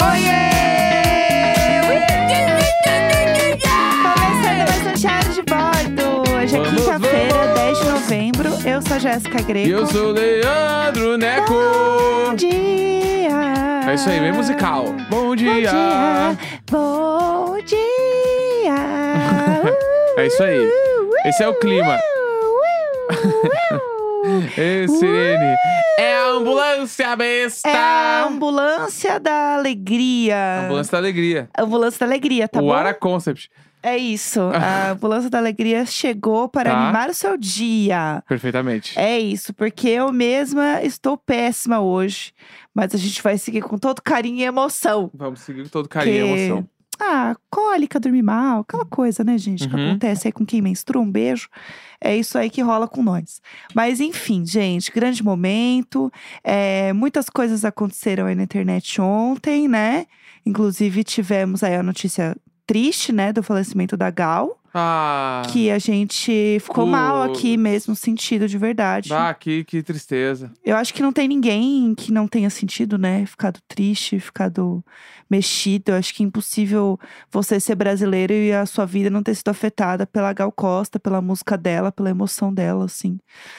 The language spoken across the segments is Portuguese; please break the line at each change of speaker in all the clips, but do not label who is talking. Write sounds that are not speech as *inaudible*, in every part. um é quinta-feira, 10 de novembro. Eu sou a Jéssica
E
Greco.
eu sou o Leandro Neco.
Bom dia!
É isso aí, bem musical. Bom
Bom
dia.
dia! Bom dia!
*laughs* É isso aí.
Uh,
Esse é o clima. Ei, Sirene. É a ambulância
*laughs*
besta.
É a ambulância da alegria.
Tá. Ambulância da alegria.
Ambulância da alegria, tá
o
bom?
Ara Concept.
É
*laughs*
isso. A ambulância da alegria chegou para
Tá.
animar o seu dia.
Perfeitamente.
É isso, porque eu mesma estou péssima hoje. Mas a gente vai seguir com todo carinho e emoção.
Vamos seguir com todo carinho e
Que-
emoção.
Ah, cólica, dormir mal, aquela coisa, né, gente? Que
Uhum.
acontece aí com quem menstrua, um beijo. É isso aí que rola com nós. Mas enfim, gente, grande momento. É, muitas coisas aconteceram aí na internet ontem, né? Inclusive, tivemos aí a notícia triste, né, do falecimento da Gal.
Ah,
Que a gente ficou mal
Putz.
aqui mesmo, sentido de verdade.
ah que, que tristeza.
Eu acho que não tem ninguém que não tenha sentido, né? Ficado triste, ficado mexido. Eu acho que é impossível você ser brasileiro e a sua vida não ter sido afetada pela Gal Costa, pela música dela, pela emoção dela, assim.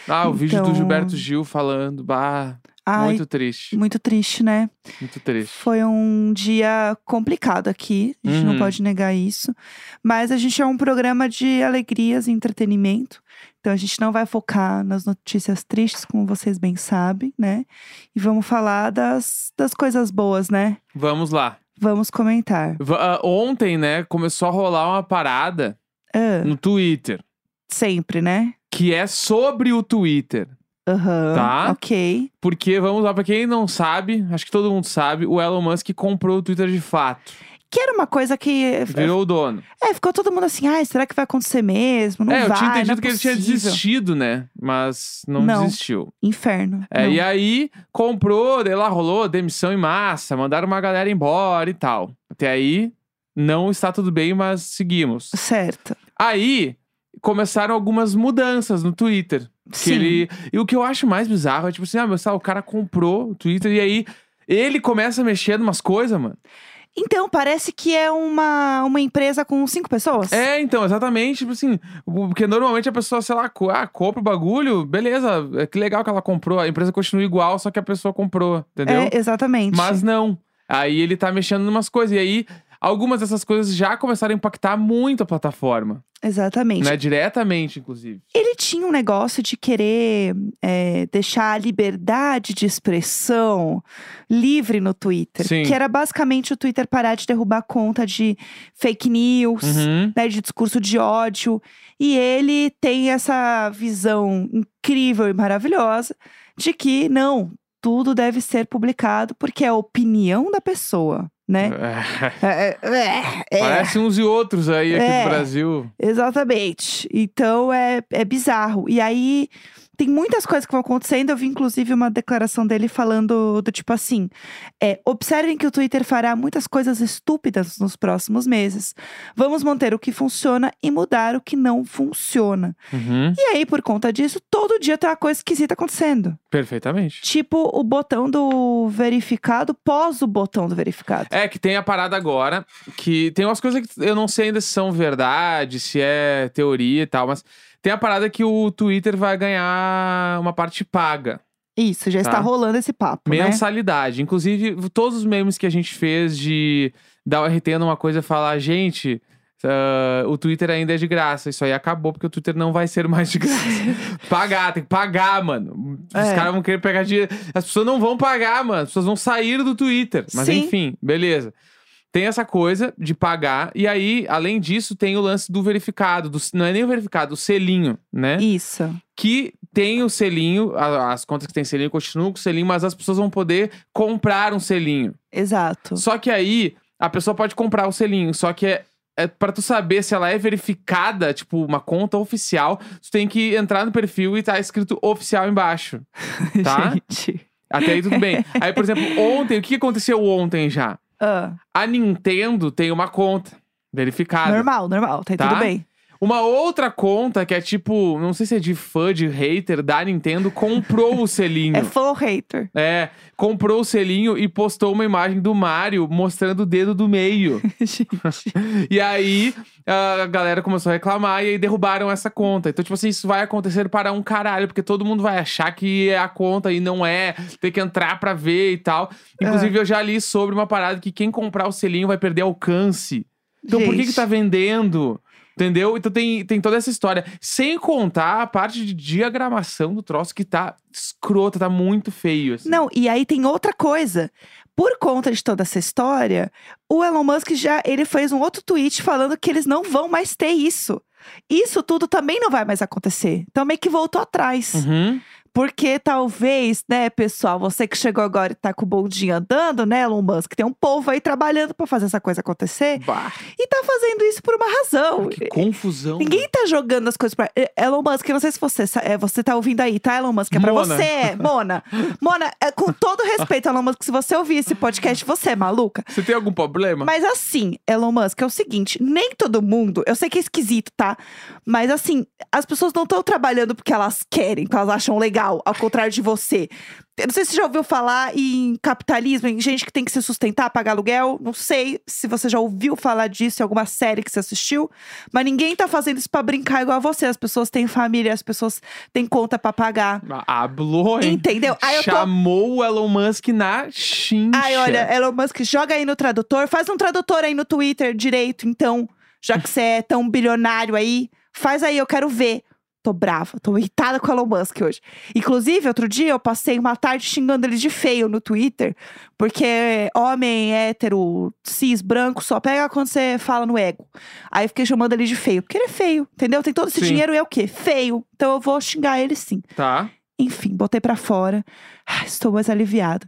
Ah, o vídeo do
Então-
Gilberto Gil falando. Bah,
Ai,
muito triste.
muito triste, né?
Muito triste.
Foi um dia complicado aqui, a gente não
Uhum.
pode negar isso. Mas a gente é um programa de alegrias e entretenimento. Então a gente não vai focar nas notícias tristes, como vocês bem sabem, né? E vamos falar das, das coisas boas, né?
Vamos lá.
Vamos comentar.
V- ah, ontem, né, começou a rolar uma parada
Ah,
no Twitter.
sempre, né?
que é sobre o Twitter.
Aham.
Tá.
Ok.
Porque, vamos lá, pra quem não sabe, acho que todo mundo sabe, o Elon Musk comprou o Twitter de fato.
Que era uma coisa que.
Virou o dono.
É, ficou todo mundo assim, ai, será que vai acontecer mesmo? Não
é, eu
vai,
tinha entendido
não é
que ele tinha
possível."
desistido, né? Mas não,
Não.
desistiu.
Inferno.
É,
Não.
e aí, comprou, daí lá rolou demissão em massa, mandaram uma galera embora e tal. Até aí, não está tudo bem, mas seguimos.
Certo.
Aí, começaram algumas mudanças no Twitter. Que
Sim.
ele... E o que eu acho mais bizarro é tipo assim, ah, mas tá, o cara comprou o Twitter e aí ele começa a mexer em umas coisas, mano.
Então, parece que é uma, uma empresa com cinco pessoas?
É, então, exatamente, tipo assim, o- porque normalmente a pessoa, sei lá, co- ah, compra o bagulho, beleza, é, que legal que ela comprou, a empresa continua igual, só que a pessoa comprou, entendeu?
É, exatamente.
Mas não. Aí ele tá mexendo em umas coisas e aí algumas dessas coisas já começaram a impactar muito a plataforma,
Exatamente.
né, diretamente, inclusive.
Ele tinha um negócio de querer é, deixar a liberdade de expressão livre no Twitter.
Sim.
Que era basicamente o Twitter parar de derrubar conta de fake news,
Uhum.
né, de discurso de ódio. E ele tem essa visão incrível e maravilhosa de que não, tudo deve ser publicado porque é a opinião da pessoa, né? É, é, é, é.
Uhum. *laughs* Parece uns e outros aí aqui
É.
do Brasil.
Exatamente. Então é, é bizarro. E aí tem muitas coisas que vão acontecendo. Eu vi, inclusive, uma declaração dele falando do tipo assim: é, observem que o Twitter fará muitas coisas estúpidas nos próximos meses. Vamos manter o que funciona e mudar o que não funciona.
Uhum.
E aí, por conta disso, todo dia tem uma coisa esquisita acontecendo.
Perfeitamente.
Tipo o botão do verificado pós o botão do verificado.
É, que tem a parada agora, que tem umas coisas que eu não sei ainda se são verdade, se é teoria e tal, mas tem a parada que o Twitter vai ganhar uma parte paga,
Isso, já está
Tá.
rolando esse papo, né?
mensalidade. Inclusive, todos os memes que a gente fez de dar o RT numa coisa e falar, gente. ah, o Twitter ainda é de graça. Isso aí acabou, porque o Twitter não vai ser mais
*laughs*
de graça. pagar, tem que pagar, mano. Os
É.
caras vão querer pegar dinheiro. As pessoas não vão pagar, mano. As pessoas vão sair do Twitter. Mas
Sim.
enfim, beleza. Tem essa coisa de pagar. E aí, além disso, tem o lance do verificado. do- não é nem o verificado, o selinho, né?
Isso.
Que tem o selinho. a- as contas que tem selinho continuam com o selinho, mas as pessoas vão poder comprar um selinho.
Exato.
Só que aí, a pessoa pode comprar o selinho. Só que é. É, pra tu saber se ela é verificada, tipo, uma conta oficial, tu tem que entrar no perfil e tá escrito oficial embaixo. Tá?
Gente.
Até aí
*laughs*
tudo bem. Aí, por exemplo, ontem, o que aconteceu ontem já?
Ah.
A Nintendo tem uma conta verificada.
Normal, normal, tá,
Tá?
tudo bem.
Uma outra conta que é tipo, não sei se é de fã, de hater da Nintendo, comprou o selinho.
É fã ou hater?
É, comprou o selinho e postou uma imagem do Mario mostrando o dedo do meio.
Gente.
E aí a galera começou a reclamar e aí derrubaram essa conta. Então, tipo assim, isso vai acontecer para um caralho, porque todo mundo vai achar que é a conta e não é, tem que entrar pra ver e tal.
É.
Inclusive, eu já li sobre uma parada que quem comprar o selinho vai perder alcance. Então, por que que
Gente.
tá vendendo? Entendeu? Então tem, tem toda essa história. Sem contar a parte de diagramação do troço que tá escrota, tá muito feio. assim.
Não, e aí tem outra coisa. Por conta de toda essa história, o Elon Musk já ele fez um outro tweet falando que eles não vão mais ter isso. Isso tudo também não vai mais acontecer. Então meio que voltou atrás.
Uhum.
Porque talvez, né, pessoal, você que chegou agora e tá com o bondinho andando, né, Elon Musk, tem um povo aí trabalhando pra fazer essa coisa acontecer
Bah,
e tá fazendo isso por uma razão.
que confusão.
Ninguém tá jogando as coisas pra. Eh, Elon Musk, eu não sei se você sa- eh, você tá ouvindo aí, tá, Elon Musk? É pra
Mona.
você, Mona. Mona, eh, com todo respeito, Elon Musk, se você ouvir esse podcast, você é maluca.
Você tem algum problema?
Mas assim, Elon Musk, é o seguinte: nem todo mundo, eu sei que é esquisito, tá? Mas assim, as pessoas não estão trabalhando porque elas querem, porque elas acham legal, ao contrário de você. Eu não sei se você já ouviu falar em capitalismo, em gente que tem que se sustentar, pagar aluguel. Não sei se você já ouviu falar disso em alguma série que você assistiu, mas ninguém tá fazendo isso pra brincar igual a você. As pessoas têm família, as pessoas têm conta pra pagar.
Hablou, Ah, hein?
Entendeu? Então, Aí eu tô
Chamou o Elon Musk na chincha.
Ai, olha, Elon Musk, joga aí no tradutor. Faz um tradutor aí no Twitter direito, então. Já que você é tão bilionário aí, faz aí, eu quero ver. Tô brava, tô irritada com o Elon Musk hoje. Inclusive, outro dia eu passei uma tarde xingando ele de feio no Twitter, porque homem, hétero, cis, branco, só pega quando você fala no ego. Aí eu fiquei chamando ele de feio, porque ele é feio, entendeu? Tem todo esse
Sim.
dinheiro e é o quê? Feio. Então eu vou xingar ele sim.
Tá.
Enfim, botei pra fora. Ah, Estou mais aliviada.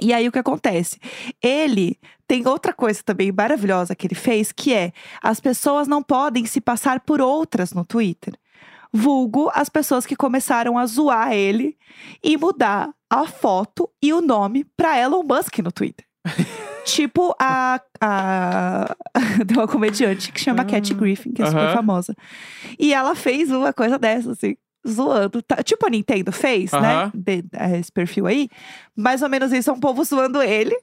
E aí o que acontece? Ele tem outra coisa também maravilhosa que ele fez, que é as pessoas não podem se passar por outras no Twitter. Vulgo as pessoas que começaram a zoar ele e mudar a foto e o nome pra Elon Musk no Twitter. tipo a, a *laughs* tem uma comediante que chama
Ah,
Cat Griffin, que é super
aham.
famosa. E ela fez uma coisa dessa assim zoando. tá- tipo a Nintendo fez, né?
Aham.
de- eh, esse perfil aí. Mais ou menos isso, é um povo zoando ele.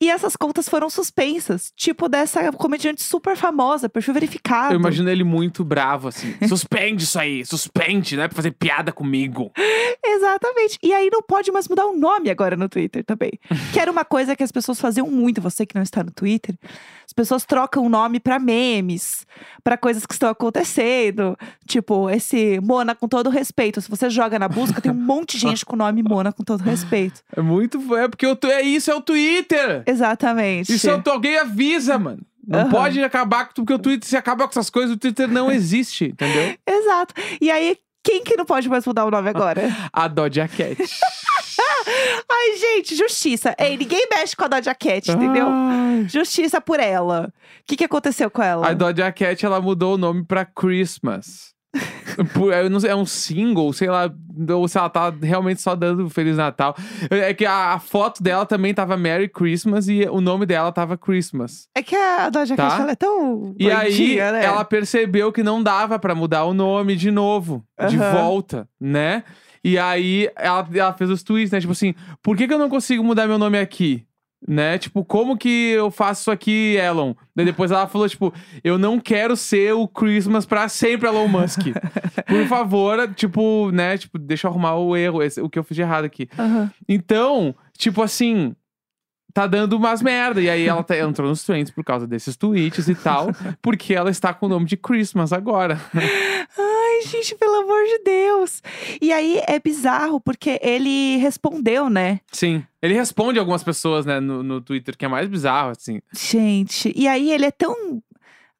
E essas contas foram suspensas. Tipo dessa comediante super famosa, perfil verificado.
Eu imagino ele muito bravo, assim. *laughs* Suspende isso aí, suspende, não é pra fazer piada comigo.
Exatamente. E aí não pode mais mudar o nome agora no Twitter
*laughs*
também. que era uma coisa que as pessoas faziam muito, você que não está no Twitter. As pessoas trocam o nome pra memes, pra coisas que estão acontecendo. Tipo, esse Mona com todo respeito. Se você joga na busca, tem um monte
*laughs*
de gente com o nome Mona com todo respeito.
É muito. É porque eu tô- é isso, é o Twitter.
Exatamente.
Isso é o, alguém avisa, mano. Não
Aham.
pode acabar com. Porque o Twitter, se acabar com essas coisas, o Twitter não existe, entendeu?
Exato. E aí, quem que não pode mais mudar o nome
*laughs*
agora?
A Dodge Cat.
Ai, gente, justiça. Ei, ninguém mexe com a Dodja Cat, *laughs* entendeu?
Ai.
Justiça por ela. O que, que aconteceu com ela?
A Doja Cat, ela mudou o nome pra Christmas. Por- eu não sei, é um single, sei lá, ou se ela tá realmente só dando Feliz Natal. É que a, a foto dela também tava Merry Christmas e o nome dela tava Christmas.
É que a Doja
Tá.
Cat ela é tão
E aí,
doidinha, né?
ela percebeu que não dava pra mudar o nome de novo, de
Aham.
volta, né? E aí, ela, ela fez os tweets, né? Tipo assim, por que, que eu não consigo mudar meu nome aqui? Né? Tipo, como que eu faço isso aqui, Elon? Daí depois ela falou, tipo, eu não quero ser o Christmas pra sempre,
*laughs*
Elon Musk. Por favor, tipo, né? Tipo, deixa eu arrumar o erro, esse- o que eu fiz de errado aqui.
Aham.
Então, tipo assim, tá dando umas merda. E aí ela tá- entrou nos trends por causa desses tweets e tal, porque ela está com o nome de Christmas agora.
Ai, gente, pelo amor de Deus. E aí é bizarro, porque ele respondeu, né?
Sim. Ele responde algumas pessoas, né, no, no Twitter, que é mais bizarro, assim.
Gente, e aí ele é tão.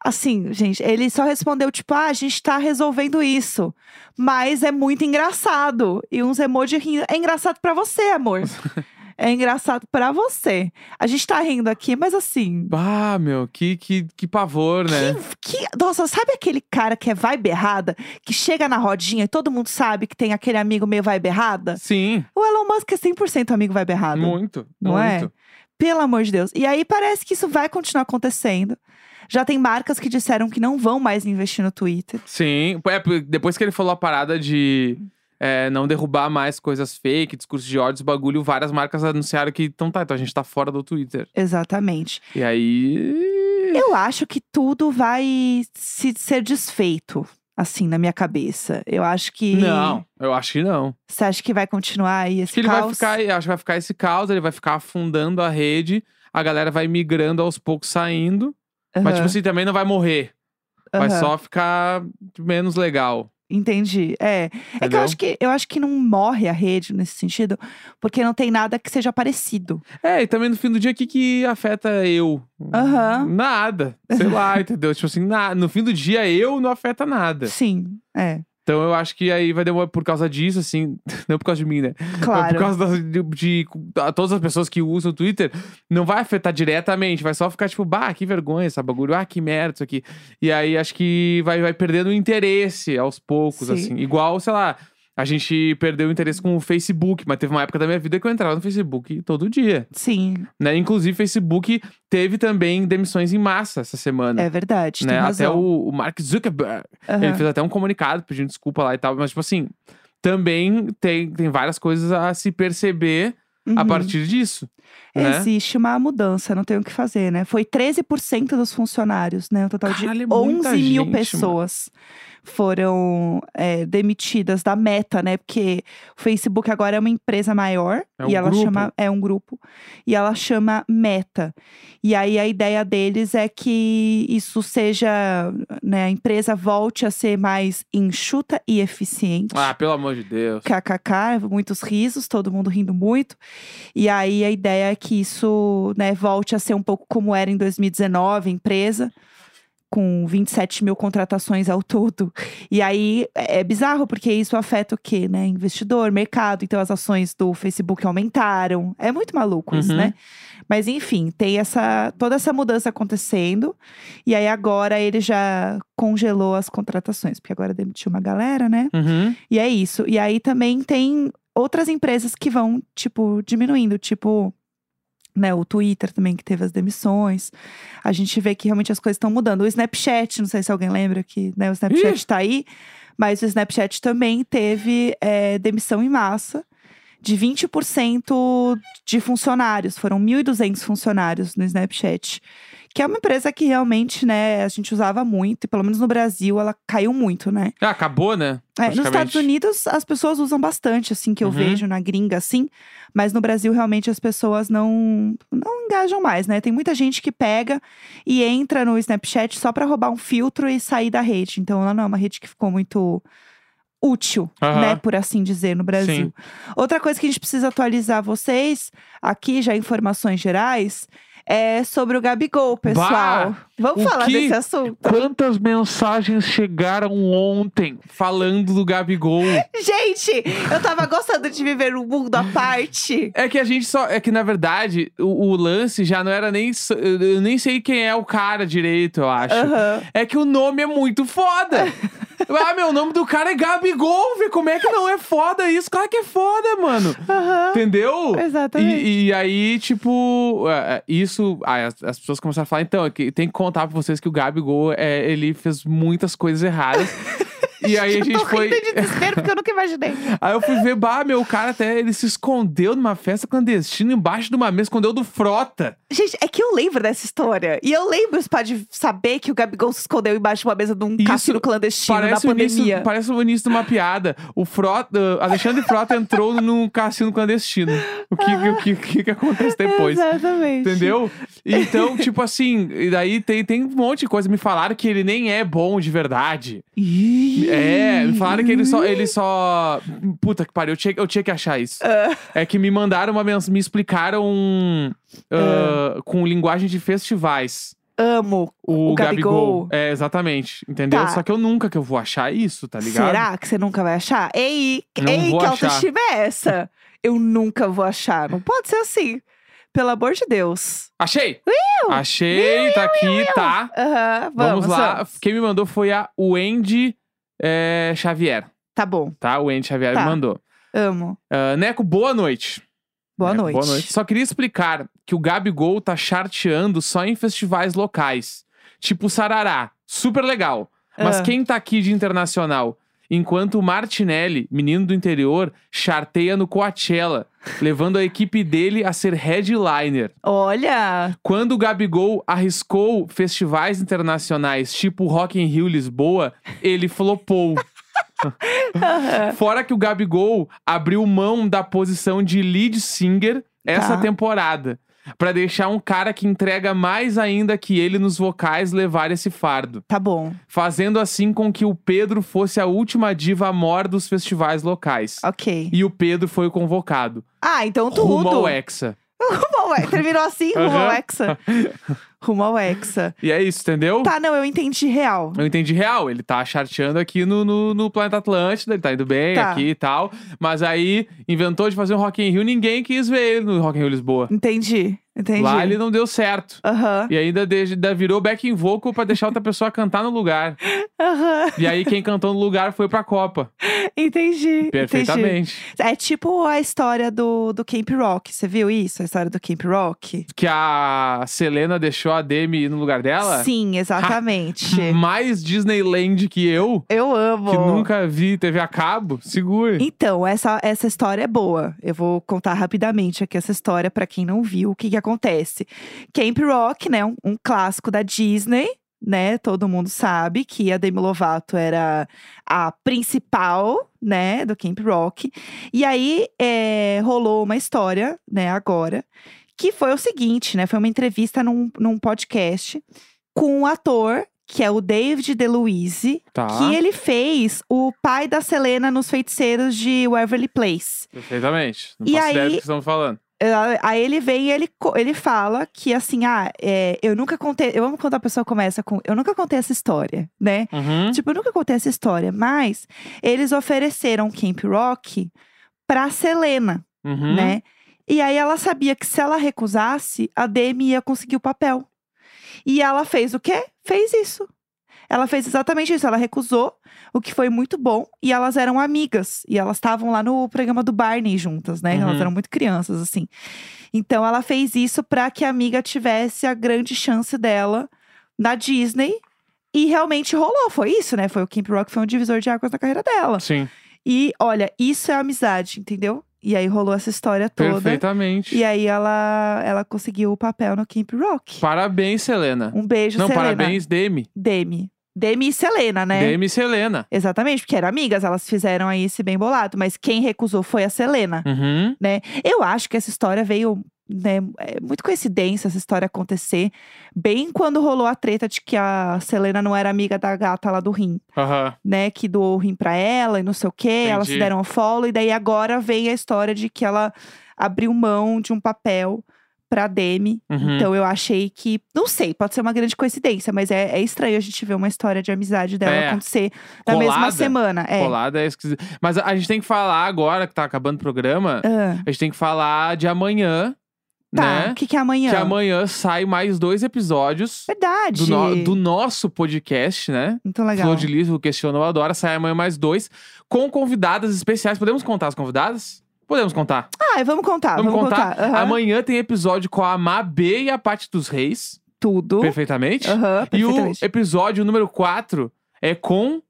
Assim, gente, ele só respondeu tipo, ah, a gente tá resolvendo isso. Mas é muito engraçado. E uns emoji rindo. É engraçado pra você, amor. é engraçado pra você. A gente tá rindo aqui, mas assim.
Bah, Ah, meu, que, que, que pavor, né?
Que, que- nossa, sabe aquele cara que é vibe errada? Que chega na rodinha e todo mundo sabe que tem aquele amigo meio vibe errada?
Sim,
O Elon Musk é 100% amigo vibe errado.
muito.
Não é?
muito.
Pelo amor de Deus. E aí parece que isso vai continuar acontecendo. Já tem marcas que disseram que não vão mais investir no Twitter.
Sim, é, p- depois que ele falou a parada de é, não derrubar mais coisas fake, discurso de ódio, esse bagulho, várias marcas anunciaram que, então tá, então a gente tá fora do Twitter.
Exatamente.
E aí.
Eu acho que tudo vai se, ser desfeito, assim, na minha cabeça. Eu acho que.
Não, eu acho que não.
Você acha que vai continuar aí esse
Acho que ele vai
caos?
ficar, acho que vai ficar esse caos, ele vai ficar afundando a rede, a galera vai migrando aos poucos saindo, mas tipo assim, também não vai morrer, vai
Aham.
só ficar menos legal.
Entendi. É. É que eu
Entendeu?
acho que eu acho que não morre a rede nesse sentido, porque não tem nada que seja parecido.
É, e também no fim do dia, o que, que afeta eu?
Aham.
Nada.
*laughs*
Sei lá, entendeu? Tipo assim, na- no fim do dia, eu não afeta nada.
Sim, é.
Então eu acho que aí vai demorar por causa disso, assim. *laughs* Não por causa de mim, né? Mas
Claro.
por causa das- de, de- a todas as pessoas que usam o Twitter, não vai afetar diretamente. Vai só ficar tipo, bah, que vergonha esse bagulho. Ah, que merda isso aqui. E aí acho que vai, vai perdendo o interesse aos poucos,
Sim.
assim. Igual, sei lá. A gente perdeu o interesse com o Facebook, mas teve uma época da minha vida que eu entrava no Facebook todo dia
Sim,
né? Inclusive, Facebook teve também demissões em massa essa semana.
é verdade.
né?
Tem
Até
razão.
o, o Mark Zuckerberg.
Aham.
Ele fez até um comunicado pedindo desculpa lá e tal. Mas, tipo assim, também tem, tem várias coisas a se perceber a
Uhum.
partir disso. né?
É Existe uma mudança, não tem o que fazer, né? Foi 13% dos funcionários, né? Um total
Caralho, é
de 11
muita
mil
gente,
pessoas foram é, demitidas da meta, né? Porque o Facebook agora é uma empresa maior
É um
e ela
grupo.
chama é um grupo e ela chama Meta. E aí a ideia deles é que isso seja, né? A empresa volte a ser mais enxuta e eficiente.
Ah, pelo amor de Deus.
KKK, muitos risos, todo mundo rindo muito. E aí a ideia é que isso né, volte a ser um pouco como era em 2019, a empresa. Com 27 mil contratações ao todo. E aí é é bizarro, porque isso afeta o quê, né? Investidor, mercado. Então as ações do Facebook aumentaram. É muito maluco isso,
Uhum.
né? Mas enfim, tem essa toda essa mudança acontecendo. E aí agora ele já congelou as contratações, porque agora demitiu uma galera, né?
Uhum.
E é isso. E aí também tem outras empresas que vão, tipo, diminuindo, tipo. Né, o Twitter também, que teve as demissões. A gente vê que realmente as coisas estão mudando. O Snapchat, não sei se alguém lembra que né, o Snapchat está aí, mas o Snapchat também teve é, demissão em massa de 20% de funcionários. Foram 1.200 funcionários no Snapchat, que é uma empresa que realmente né, a gente usava muito, e pelo menos no Brasil ela caiu muito, né?
Ah, acabou, né?
É, nos Estados
Praticamente.
Unidos, as pessoas usam bastante, assim, que eu
Uhum.
vejo na gringa, assim. Mas no Brasil, realmente, as pessoas não, não engajam mais, né? Tem muita gente que pega e entra no Snapchat só pra roubar um filtro e sair da rede. Então, ela não é uma rede que ficou muito útil,
Aham.
né? Por assim dizer, no Brasil.
Sim.
Outra coisa que a gente precisa atualizar vocês, aqui já informações gerais, é sobre o Gabigol, pessoal. Vamos
o
falar
que-
desse assunto.
Quantas mensagens chegaram ontem falando do Gabigol?
Gente, eu tava gostando de viver um mundo à parte.
É que a gente só. É que, na verdade, o, o lance já não era nem. so- Eu eu nem sei quem é o cara direito, eu acho.
Aham.
É que o nome é
*laughs*
muito foda. ah, meu o nome do cara é Gabigol, vê como é que não é foda isso? Claro que é foda, mano.
Aham.
Entendeu?
Tipo, Exatamente.
E, e aí, tipo, é, é, isso. aí as, as pessoas começaram a falar, então, é que tem que contar pra vocês que o Gabigol, é, ele fez muitas
*laughs*
coisas erradas. e aí a
eu
gente
tô
foi.
rindo de desespero porque eu nunca imaginei.
Aí eu fui ver, bah, meu, o cara até ele se escondeu numa festa clandestina embaixo de uma mesa, escondeu do Frota.
*laughs* Gente, é que eu lembro dessa história. E eu lembro, Spa, de saber que o Gabigol se escondeu embaixo de uma mesa de um
Isso
cassino clandestino na
parece, o início,
pandemia.
parece o início de uma piada. O Frota, uh, Alexandre Frota entrou num cassino clandestino. O que, o que, o que, que acontece depois?
Exatamente.
Entendeu? Então, tipo assim, e daí tem, tem um monte de coisa. Me falaram que ele nem é bom de verdade.
Ih.
É, me falaram que ele só. Ele só. Puta que pariu, eu tinha, eu tinha que achar isso.
Ah,
É que me mandaram uma mensagem, me explicaram ah, com linguagem de festivais.
Amo.
O,
O Gabigol.
É, exatamente. Entendeu?
Tá.
Só que eu nunca que eu vou achar isso, tá ligado?
Será que você nunca vai achar? Ei,
Não
ei
vou
que
achar.
autoestima é essa? Eu nunca vou achar. Não pode ser assim. Pelo amor de Deus.
Achei! Achei, tá aqui, tá.
Aham,
Vamos,
vamos,
lá.
vamos.
Quem me mandou foi a Wendy eh, Xavier,
Tá bom,
tá? O Wendy Xavier
Tá.
me mandou.
amo.
Ah, Neco, boa noite.
Boa
Neco,
noite.
Boa noite. Só queria explicar que o Gabigol tá charteando só em festivais locais. tipo Sarará. Super legal. Mas
Ah.
quem tá aqui de internacional? Enquanto o Martinelli, menino do interior, charteia no Coachella, levando a equipe dele a ser headliner.
Olha!
Quando o Gabigol arriscou festivais internacionais, tipo Rock in Rio Lisboa,
*laughs*
ele flopou.
Aham.
Fora que o Gabigol abriu mão da posição de lead singer essa
Tá.
temporada. Pra deixar um cara que entrega mais ainda que ele nos vocais levar esse fardo.
*laughs* tá bom.
Fazendo assim com que o Pedro fosse a última diva mor dos festivais locais.
Ok.
E o Pedro foi o convocado.
Ah, então tudo.
Rumo
*laughs*
ao Hexa.
Rumo ao Hexa. Terminou assim, rumo ao
Aham. *laughs*
Hexa. Rumo ao Hexa.
E é isso, entendeu?
Tá, não, eu entendi real.
Eu entendi real, ele tá charteando aqui no, no, no Planeta Atlântida, ele tá indo bem
Tá.
aqui e tal. Mas aí inventou de fazer um Rock in Rio, ninguém quis ver ele no Rock in Rio Lisboa.
Entendi, entendi.
Lá ele não deu certo.
Aham,
E ainda, de- ainda virou back in vocal pra deixar outra pessoa cantar no lugar.
aham. *laughs*
E aí quem cantou no lugar foi pra Copa.
Entendi. entendi.
Perfeitamente.
É tipo a história do, do Camp Rock. Você viu isso? A história do Camp Rock?
Que a Selena deixou a Demi no lugar dela?
Sim,
*laughs*
exatamente.
Mais Disneyland que eu,
eu amo.
que nunca vi TV a cabo, segure.
Então, essa, essa história é boa. Eu vou contar rapidamente aqui essa história pra quem não viu o que, que acontece. Camp Rock, né? Um, um clássico da Disney, né? Todo mundo sabe que a Demi Lovato era a principal, né? Do Camp Rock. E aí é, rolou uma história, né? Agora, que foi o seguinte, né? Foi uma entrevista num, num podcast com um ator. Que é o David DeLuise,
Tá,
que ele fez o pai da Selena nos feiticeiros de Waverly Place.
perfeitamente. Não
E
faço ideia
aí-
do que estamos falando.
Ah, Aí ele vem e ele, co- ele fala que assim, ah, é, eu nunca contei. Eu amo quando a pessoa começa com. Eu nunca contei essa história, né?
Uhum.
Tipo, eu nunca contei essa história, mas eles ofereceram Camp Rock pra Selena,
Uhum.
né? E aí ela sabia que se ela recusasse, a Demi ia conseguir o papel. E ela fez o quê? Fez isso. Ela fez exatamente isso. Ela recusou, o que foi muito bom. E elas eram amigas. E elas estavam lá no programa do Barney juntas, né? Elas
Uhum.
eram muito crianças, assim. Então ela fez isso pra que a amiga tivesse a grande chance dela na Disney. E realmente rolou, foi isso, né? Foi o Camp Rock, foi um divisor de águas na carreira dela.
Sim,
E olha, isso é amizade, entendeu? E aí rolou essa história toda.
perfeitamente.
E aí ela, ela conseguiu o papel no Camp Rock.
Parabéns, Selena.
Um beijo,
Não,
Selena.
parabéns, Demi.
Demi. Demi e Selena, né?
Demi e Selena.
Exatamente, porque eram amigas, elas fizeram aí esse bem bolado. Mas quem recusou foi a Selena.
Uhum.
Eu acho que essa história veio, né? É muito coincidência essa história acontecer. Bem quando rolou a treta de que a Selena não era amiga da gata lá do rim,
Aham.
né? Que doou o rim pra ela e não sei o quê. Elas se
Entendi.
deram um follow. E daí agora vem a história de que ela abriu mão de um papel pra Demi.
Uhum.
Então eu achei que. Não sei, pode ser uma grande coincidência, mas é, é estranho a gente ver uma história de amizade dela
É.
acontecer na mesma
Colada.
semana. É.
Colada é esquisito. Mas a a gente tem que falar agora, que tá acabando o programa,
Ah,
a gente tem que falar de amanhã,
tá, o
né?
que, que é amanhã?
Que amanhã sai mais dois episódios
Verdade.
do, no- do nosso podcast, né?
Muito legal.
Flor de Lis, o Questiona ou Adora, sai amanhã mais dois, com convidadas especiais. Podemos contar as convidadas? Podemos contar.
Ah, vamos contar, vamos, contar. Aham.
Amanhã tem episódio com a Mabê e a Parte dos Reis.
Tudo.
Perfeitamente.
Aham,
E o
perfeitamente.
episódio número 4 é com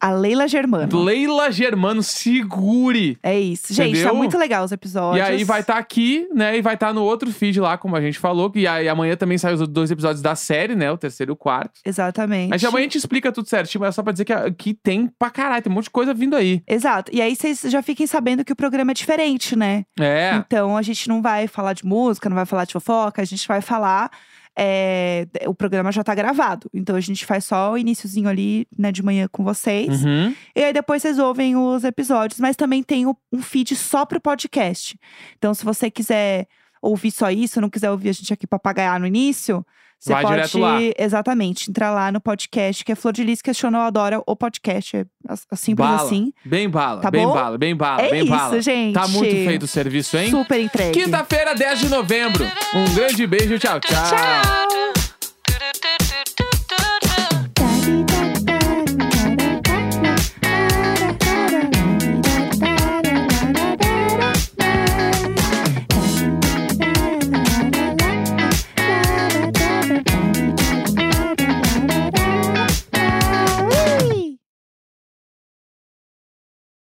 A Leila Germano.
Leila Germano. Segure!
É isso. Gente, tá
Entendeu?
muito legal os episódios.
E aí vai estar aqui, né? E vai estar no outro feed lá, como a gente falou. E aí amanhã também saem os outros dois episódios da série, né? O terceiro e o quarto.
Exatamente.
Mas amanhã a gente explica tudo certinho, mas é só pra dizer que, que tem pra caralho, tem um monte de coisa vindo aí.
Exato. E aí vocês já fiquem sabendo que o programa é diferente, né?
É.
Então a gente não vai falar de música, não vai falar de fofoca, a gente vai falar. é, de- o programa já tá gravado. Então a gente faz só o iníciozinho ali, né, de manhã com vocês.
Uhum.
E aí depois vocês ouvem os episódios, mas também tem o- um feed só pro podcast. Então, se você quiser ouvir só isso, não quiser ouvir a gente aqui papagaiar no início, você
Vai
pode
direto lá.
exatamente entrar lá no podcast, que é Flor de Lis Questiona ou Adora o podcast. É as- as simples
Bala.
assim.
Bem bala,
Tá
bem
bom?
bala, bem bala,
é
bem
isso,
bala.
gente.
Tá muito feito o serviço, hein?
Super entregue.
Quinta-feira, 10 de novembro. Um grande beijo, tchau.
Tchau!